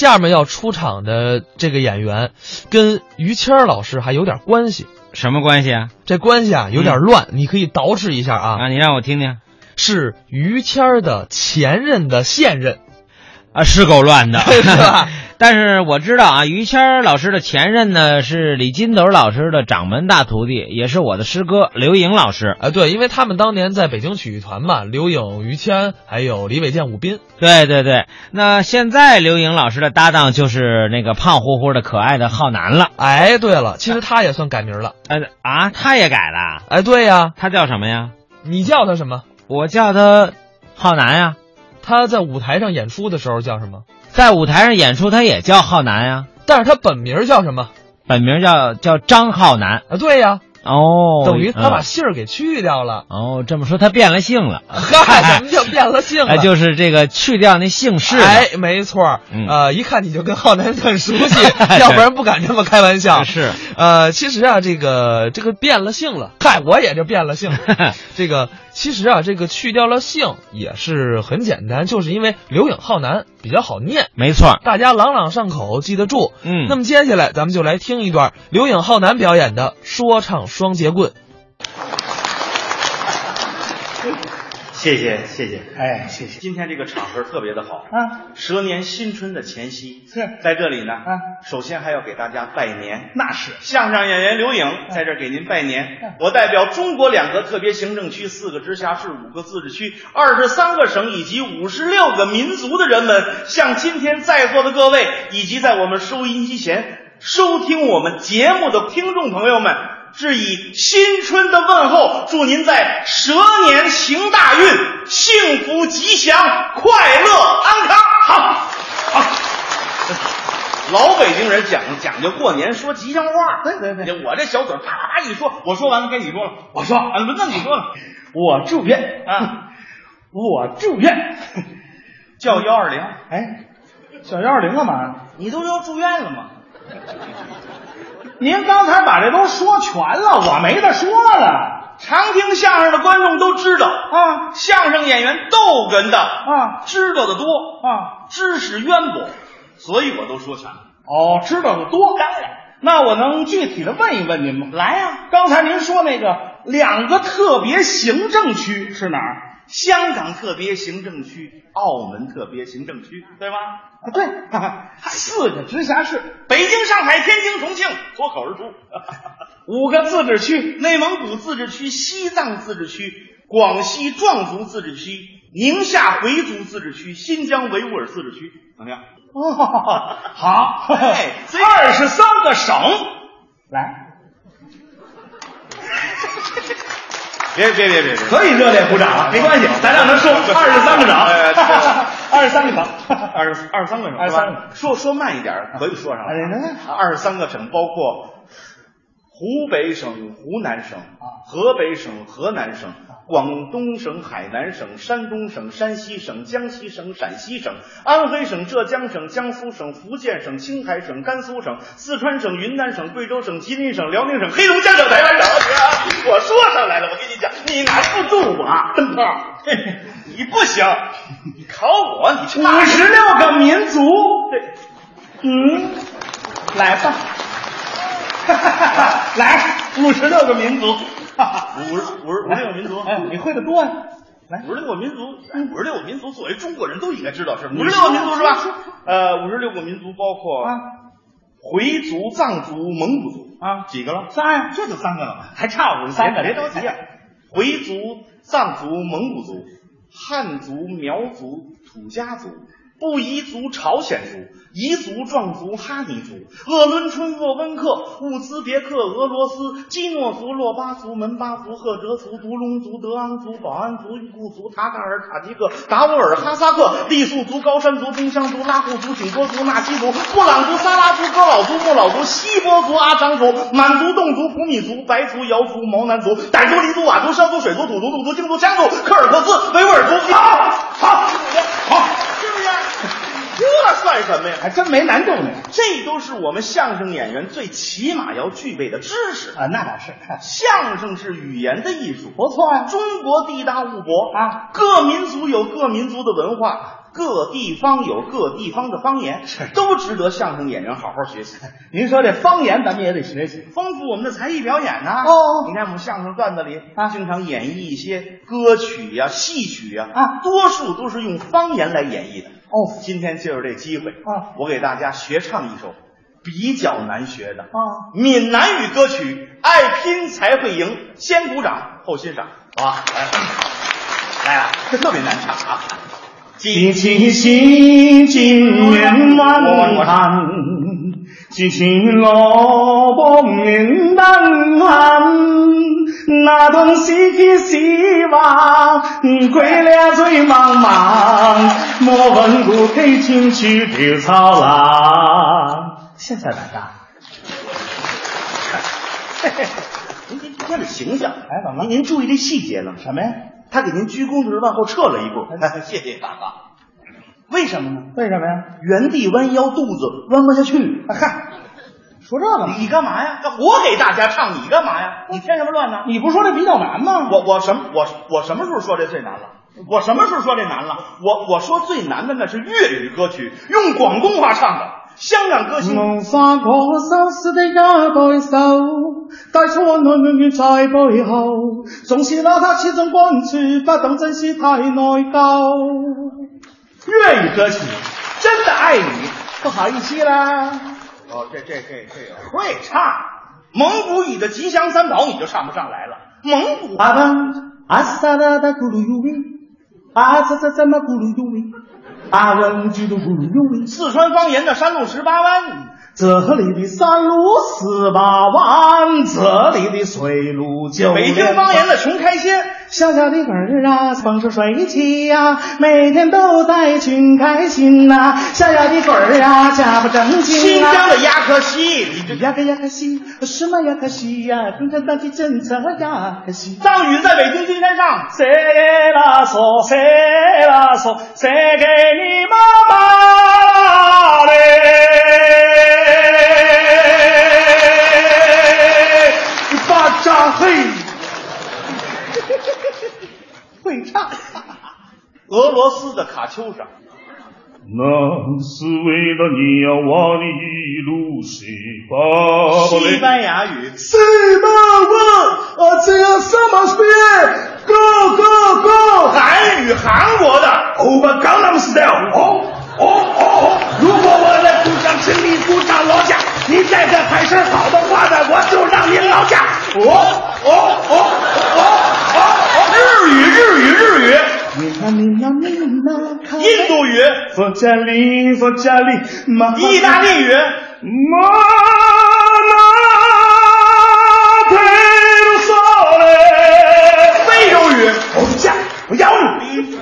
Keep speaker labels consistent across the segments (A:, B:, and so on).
A: 下面要出场的这个演员跟于谦儿老师还有点关系，
B: 什么关系啊？
A: 这关系啊有点乱，你可以捯饬一下啊。
B: 啊，你让我听听
A: 是于谦儿的前任的现 任，
B: 啊，是够乱的，
A: 对吧？
B: 但是我知道啊，于谦儿老师的前任呢是李金斗老师的掌门大徒弟，也是我的师哥刘颖老师。
A: 啊，对，因为他们当年在北京曲艺团嘛，刘颖、于谦还有李伟健、武斌。
B: 对对对，那现在刘颖老师的搭档就是那个胖乎乎的可爱的浩南了。
A: 哎，对了，其实他也算改名了。
B: 呃啊，他也改了，
A: 哎，对呀，
B: 他叫什么呀？
A: 你叫他什么？
B: 我叫他浩南呀、
A: 他在舞台上演出的时候叫什么？
B: 在舞台上演出他也叫浩南呀、
A: 但是他本名叫什么？
B: 本名叫叫张浩南。
A: 啊，对呀，
B: 哦，
A: 等于他把呃
B: 嗯
A: 姓儿给去掉 了。
B: 哦，这么说他变了性了，
A: 嗨，怎么就变了姓了？
B: 哎，就是这个去掉那姓氏了，
A: 哎，没错儿，
B: 嗯哎
A: 呃，一看你就跟浩南很熟 悉，要不然不敢这么开玩笑。
B: 是，
A: 呃，其实啊，这个这个变了性了，嗨，我也就变了 性。这个其实啊，这个去掉了性也是很简单，就是因为刘颖浩南比较好念，
B: 没错儿，
A: 大家朗朗上口，记得住。
B: 嗯
A: 那么接下来咱们就来听一段刘颖浩南表演的说唱双截棍。
C: 谢谢谢谢，
D: 哎，谢谢
C: 今天这个场合特别的好。
D: 啊！
C: 蛇年新春的前夕，
D: 是
C: 在这里呢。
D: 啊，
C: 首先还要给大家拜年。
D: 那是
C: 相声演员刘颖在这儿给您拜年。我代表中国两个特别行政区、四个直辖市、五个自治区、二十三个省以及五十六个民族的人们，向今天在座的各位以及在我们收音机前收听我们节目的听众朋友们，致以新春的问候，祝您在蛇年行大运，幸福吉祥，快乐安康。好，好。老北京人讲讲究过年说吉祥话，对对对，我这小嘴啪啪啪一说，我说完了该你说了，我说完了那你说了，我祝愿啊，我祝愿 叫幺二零，
D: 哎，小幺二零干嘛？
C: 你都要住院了吗？
D: 您刚才把这都说全了，我没得说了
C: 常听相声的观众都知道，
D: 啊
C: 相声演员逗哏的
D: 啊
C: 知道的多，
D: 啊！
C: 知识渊博，所以我都说全了。
D: 哦，知道的多，当然。那我能具体的问一问您吗？来呀、刚才您说那个两个特别行政区是哪儿？
C: 香港特别行政区、澳门特别行政区，对吗？
D: 啊，对， 四个直辖市，
C: 北京、上海、天津、重庆，脱口而出。
D: 五个自治区，
C: 内蒙古自治区、西藏自治区、广西壮族自治区、宁夏回族自治区、新疆维吾尔自治区，怎么样？
D: 哦，好，
C: 哎所以
D: 二十三个省，来，
C: 别别别别别！
D: 可以热烈鼓掌啊，没关系，咱让 他说二十三个掌
C: 哎对对，
D: 二十三个掌，
C: 二十二十三个省，
D: 二十三个
C: 是吧说说慢一点，可以说上
D: 哎
C: 来
D: 那。
C: 二十三个省包括湖北省、湖南省、
D: 啊
C: 河北省、河南省、广东省、海南省、山东省、山西省、江西省、陕西省、安徽省、浙江省、江苏省、福建省、青海省、甘肃省、四川省、云南省、贵州省、吉林省、辽宁省、黑龙江省、台湾省。啊我说上来了，我跟你讲，你拿不住 我，邓炮，
D: 啊
C: 嘿嘿你不行，你考我，你去
D: 五十六个民族，
C: 对
D: 嗯，来吧， 来五十六个民族，
C: 五十五十五十六个民族，
D: 哎，你会的多呀，来，嗯
C: 五十六个民族，哎五十六个民族作为中国人都应该知道是五十六个民族是吧？呃，五十六个民族包括
D: 啊
C: 回族、藏族、蒙古族
D: 啊
C: 几个了？
D: 仨呀，
C: 这就三个了嘛，
D: 还差五十三个，
C: 别着急啊。回族、藏族、蒙古族、汉族、苗族、土家族、布依族、朝鲜族、彝族、壮族、哈尼族、鄂伦春、鄂温克、乌兹别克、俄罗斯、基诺族、洛巴族、门巴族、赫哲族、独龙族、德昂族、保安族、裕固族、塔塔尔、塔吉克、达斡尔、哈萨克、傈僳族、高山族、东乡族、拉祜族、景颇族、纳西族、布朗族、撒拉族、佘老族、莫老族、锡伯族、阿昌族、满族、侗族、普米族、白族、瑶族、毛南族、傣族、黎族、佤族、商族、水族、土族、怒族、京族、羌族、柯尔克斯、维吾尔族。好，好，好，是不是？这算什么呀？
D: 还真没难度呢。
C: 这都是我们相声演员最起码要具备的知识。
D: 啊，那倒是，
C: 相声是语言的艺术，
D: 不错呀、
C: 中国地大物博
D: 啊，
C: 各民族有各民族的文化，各地方有各地方的方言，都值得相声演员好好学习。您说这方言，咱们也得学习，丰富我们的才艺表演呐、
D: 哦
C: 你看我们相声段子里啊，经常演绎一些歌曲呀、戏曲呀
D: 啊
C: 多数都是用方言来演绎的。
D: 哦
C: 今天借着这机会
D: 啊，
C: 我给大家学唱一首比较难学的
D: 啊
C: 闽南语歌曲《爱拼才会赢》，先鼓掌后欣赏，好吧？来，来啊，这特别难唱啊！
D: 一起洗金面万汉，一起萝卜面难汉。那东西去西望，归了最茫茫。莫问故配金去柳草郎。谢谢大家。
C: 哎您您看这形象，
D: 哎怎么了
C: 您您注意这细节了吗？
D: 什么呀？
C: 他给您鞠躬的时候往后撤了一步，
D: 哎
C: 谢谢大哥。为什么呢？
D: 为什么呀？
C: 原地弯腰，肚子弯不下去。
D: 嗨，说这个
C: 你干嘛呀？我给大家唱，你干嘛呀？你添什么乱呢？
D: 你不说这比较难吗？
C: 我我什么我我什么时候说这最难了？我什么时候说这难了？我我说最难的那是粤语歌曲，用广东话唱的，香港歌星。
D: 无花果羞涩的一對手，帶出愛永遠在背後，總是拿他始終關注，不懂珍惜太內疚。
C: 粤语歌曲真的爱你。
D: 不好意思啦，
C: 哦，这这这这有会唱蒙古语的《吉祥三宝》，你就上不上来了。蒙古啊
D: 阿班阿萨拉达咕噜噜喂，阿扎扎扎嘛咕噜噜喂，阿文居噜咕噜噜喂。
C: 四川方言的山路十八弯，
D: 这里的山路十八弯，这里的水路九
C: 北京
D: 连
C: 方
D: 环
C: 言的穷开心。
D: 小小的儿啊，风生水起呀、每天都在寻开心呐、小小的鬼儿啊，家不正
C: 新
D: 经啊。
C: 疆的鸭科西，你这
D: 呀个呀个西，什么呀个西呀，共产党的政策呀个西。
C: 藏语在北京金山上，
D: 谁给拉索，谁拉索，谁给你妈妈嘞？巴 扎嘿，会唱。
C: 俄罗斯的卡秋莎，
E: 那是为了你要我的一路西巴
C: 西
E: 嘞，
C: 班牙语，
D: 什么我这样什么水？Go go go！
C: 韩语韩国的，
E: 欧巴刚那么 style，哦哦哦，如果我在鼓掌，请你鼓掌劳驾，你在这还是好的话呢，我就让您劳驾。哦哦哦
C: 日语日语日语，
D: 你呀你呀你呀，看
C: 印度语，
D: 佛家里佛家里，妈
C: 意大利语，
E: 哦哦，马纳佩鲁索嘞，
C: 非洲语，
D: 佛家，我咬你！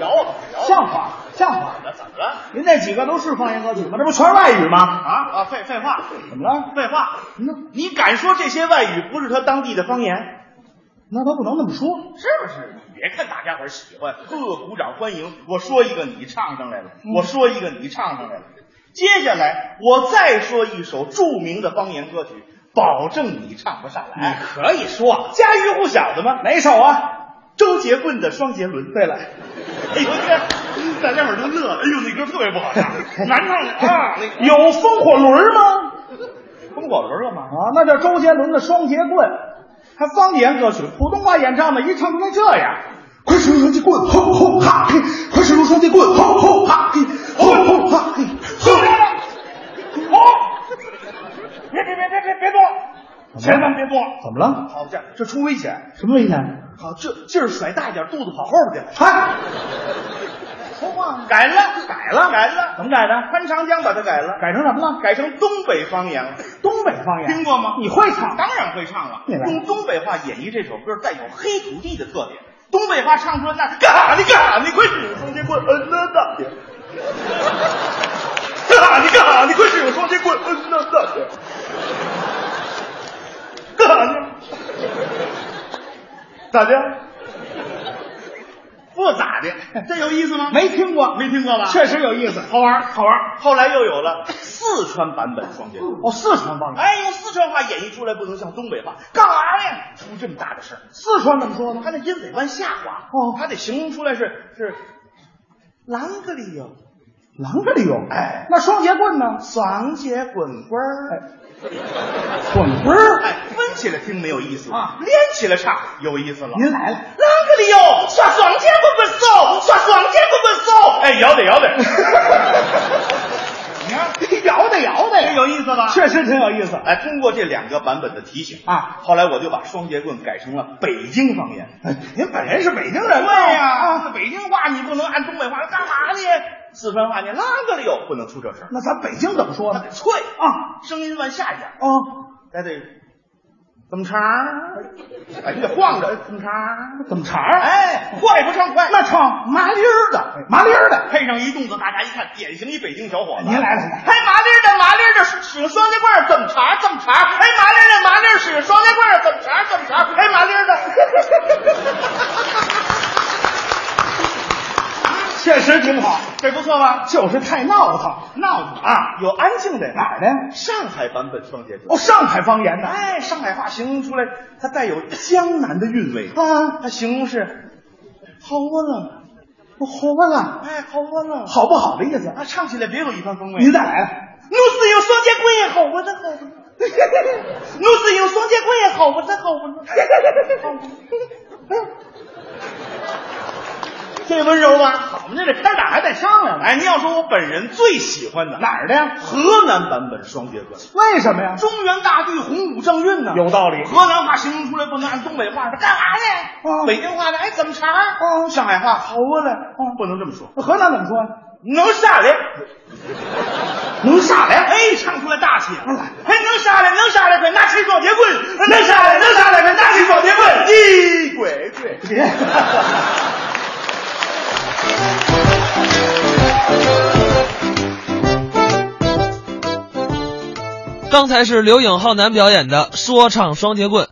C: 摇
D: 像话像话！
C: 怎么了？
D: 您这几个都是方言歌曲吗？这不全是外语吗？
C: 啊啊，废废话，
D: 怎么了？
C: 废话，
D: 那
C: 你敢说这些外语不是他当地的方言？
D: 那倒不能那么说。
C: 是不是？你别看大家伙儿喜欢，各鼓掌欢迎。我说一个，你唱上来了；我说一个，你唱上来了。接下来我再说一首著名的方言歌曲，保证你唱不上来。
D: 可以说
C: 家喻户晓的吗？
D: 哪首啊？
C: 周杰棍的《双杰轮》。
D: 对了，
C: 哎呦，这大家伙儿都乐了。哎呦，那歌特别不好 唱，难唱的啊！那个
D: 有风火轮吗？
C: 风火轮了吗？
D: 啊，那叫周杰伦的《双截棍》，还方言歌曲，普通话演唱的，一唱成那这样。快使用双截棍，轰轰哈嘿！快使用双截棍，轰轰哈嘿！轰轰哈嘿！轰！哦
C: 别别别别别别动，千万别动！
D: 怎么了？
C: 好，这这出危险。
D: 什么危险？
C: 好，这劲儿甩大一点，肚子跑后边去。
D: 哎，说话呢？
C: 改了，改了，改了。
D: 怎么改的？
C: 潘长江把它改了，
D: 改成什么了？
C: 改成东北方言了。
D: 东北方言。
C: 听过吗
D: 你会唱？
C: 当然会唱了，
D: 对吧
C: 用东北话演绎这首歌，带有黑土地的特点。东北话唱出来，那是干哈呢？干哈呢？快使用双截棍！嗯呐大爷！干哈呢？干哈呢？快使用双截棍！嗯呐大爷！ 干哈呢？咋的？不咋的，
D: 哎
C: 这有意思吗？
D: 没听过，
C: 没听过吧？
D: 确实有意思，好玩，好玩。
C: 后来又有了四川版本双截棍。
D: 哦，四川方言，
C: 哎，用四川话演绎出来不能像东北话，干啥呀？出这么大的事儿，
D: 四川怎么说呢？
C: 他那音尾往下滑，
D: 哦
C: 他得形容出来是是啷个里有？
D: 啷个里有？
C: 哎
D: 那双节棍呢？
C: 双节棍棍儿，
D: 棍棍儿。
C: 哎，分起来听没有意思
D: 啊
C: 连起来唱有意思了。
D: 您来了，
C: 啷个里有？耍双节棍棍手，耍双节棍棍手。哎，摇得摇得，
D: 你看，摇的摇的呀，
C: 哎有意思吧？
D: 确实挺有意思。
C: 哎，通过这两个版本的提醒
D: 啊哎
C: 后来我就把双截棍改成了北京方言。
D: 您本人是北京人哦吗？
C: 对呀、北京话你不能按东北话干嘛呢？四川话你啷个里有，不能出这声儿，
D: 那咱北京怎么说
C: 那
D: 呢
C: 得？脆
D: 啊，
C: 声音往下一点，
D: 啊，
C: 还得怎么长儿？哎，你得晃着，怎么长儿？
D: 怎么茬儿？啊
C: 哎，快不唱快，
D: 那唱
C: 麻利儿的，
D: 麻利儿的
C: 哎配上一动作，大家一看，典型一北京小伙子。
D: 您来了
C: 还麻利儿的，麻利儿的，使使双截棍儿，怎么茬儿怎么茬儿哎，麻利儿的，麻利儿使双截棍儿，怎么茬儿怎么茬儿哎，麻利儿的，
D: 确实挺好，
C: 这不错吧？
D: 就是太闹腾，闹腾啊！
C: 有安静的
D: 哪儿的呀？
C: 上海版本双截棍。
D: 哦，上海方言的。
C: 哎，上海话形容出来，它带有江南的韵味。
D: 啊，
C: 它形容是好窝了，
D: 我活了，
C: 哎，好窝了，
D: 好不好的意思？
C: 啊，唱起来别有一番风味。
D: 您再来
C: 我是用双截棍也好，我这好不？我是用双截棍也好，我这好不呢？ 这温柔吧，我们这得开打还得商量。哎，你要说我本人最喜欢的
D: 哪儿的呀？
C: 河南版本双截棍，
D: 为什么呀？
C: 中原大地洪武正韵呢，
D: 有道理
C: 河南话形容出来不能按东北话，这干嘛呢？
D: 啊
C: 北京话呢？哎，怎么茬儿？
D: 啊
C: 上海话好啊嘞，
D: 啊
C: 不能这么说，
D: 河南怎么说呀？
C: 能下来。
D: 能下来？
C: 哎，唱出来大气！哎，能下来，能下来，快拿起双截棍！能下来，能下来，快拿起双截棍！咦，哎鬼鬼！
D: 别。
A: 刚才是刘影浩南表演的说唱双截棍，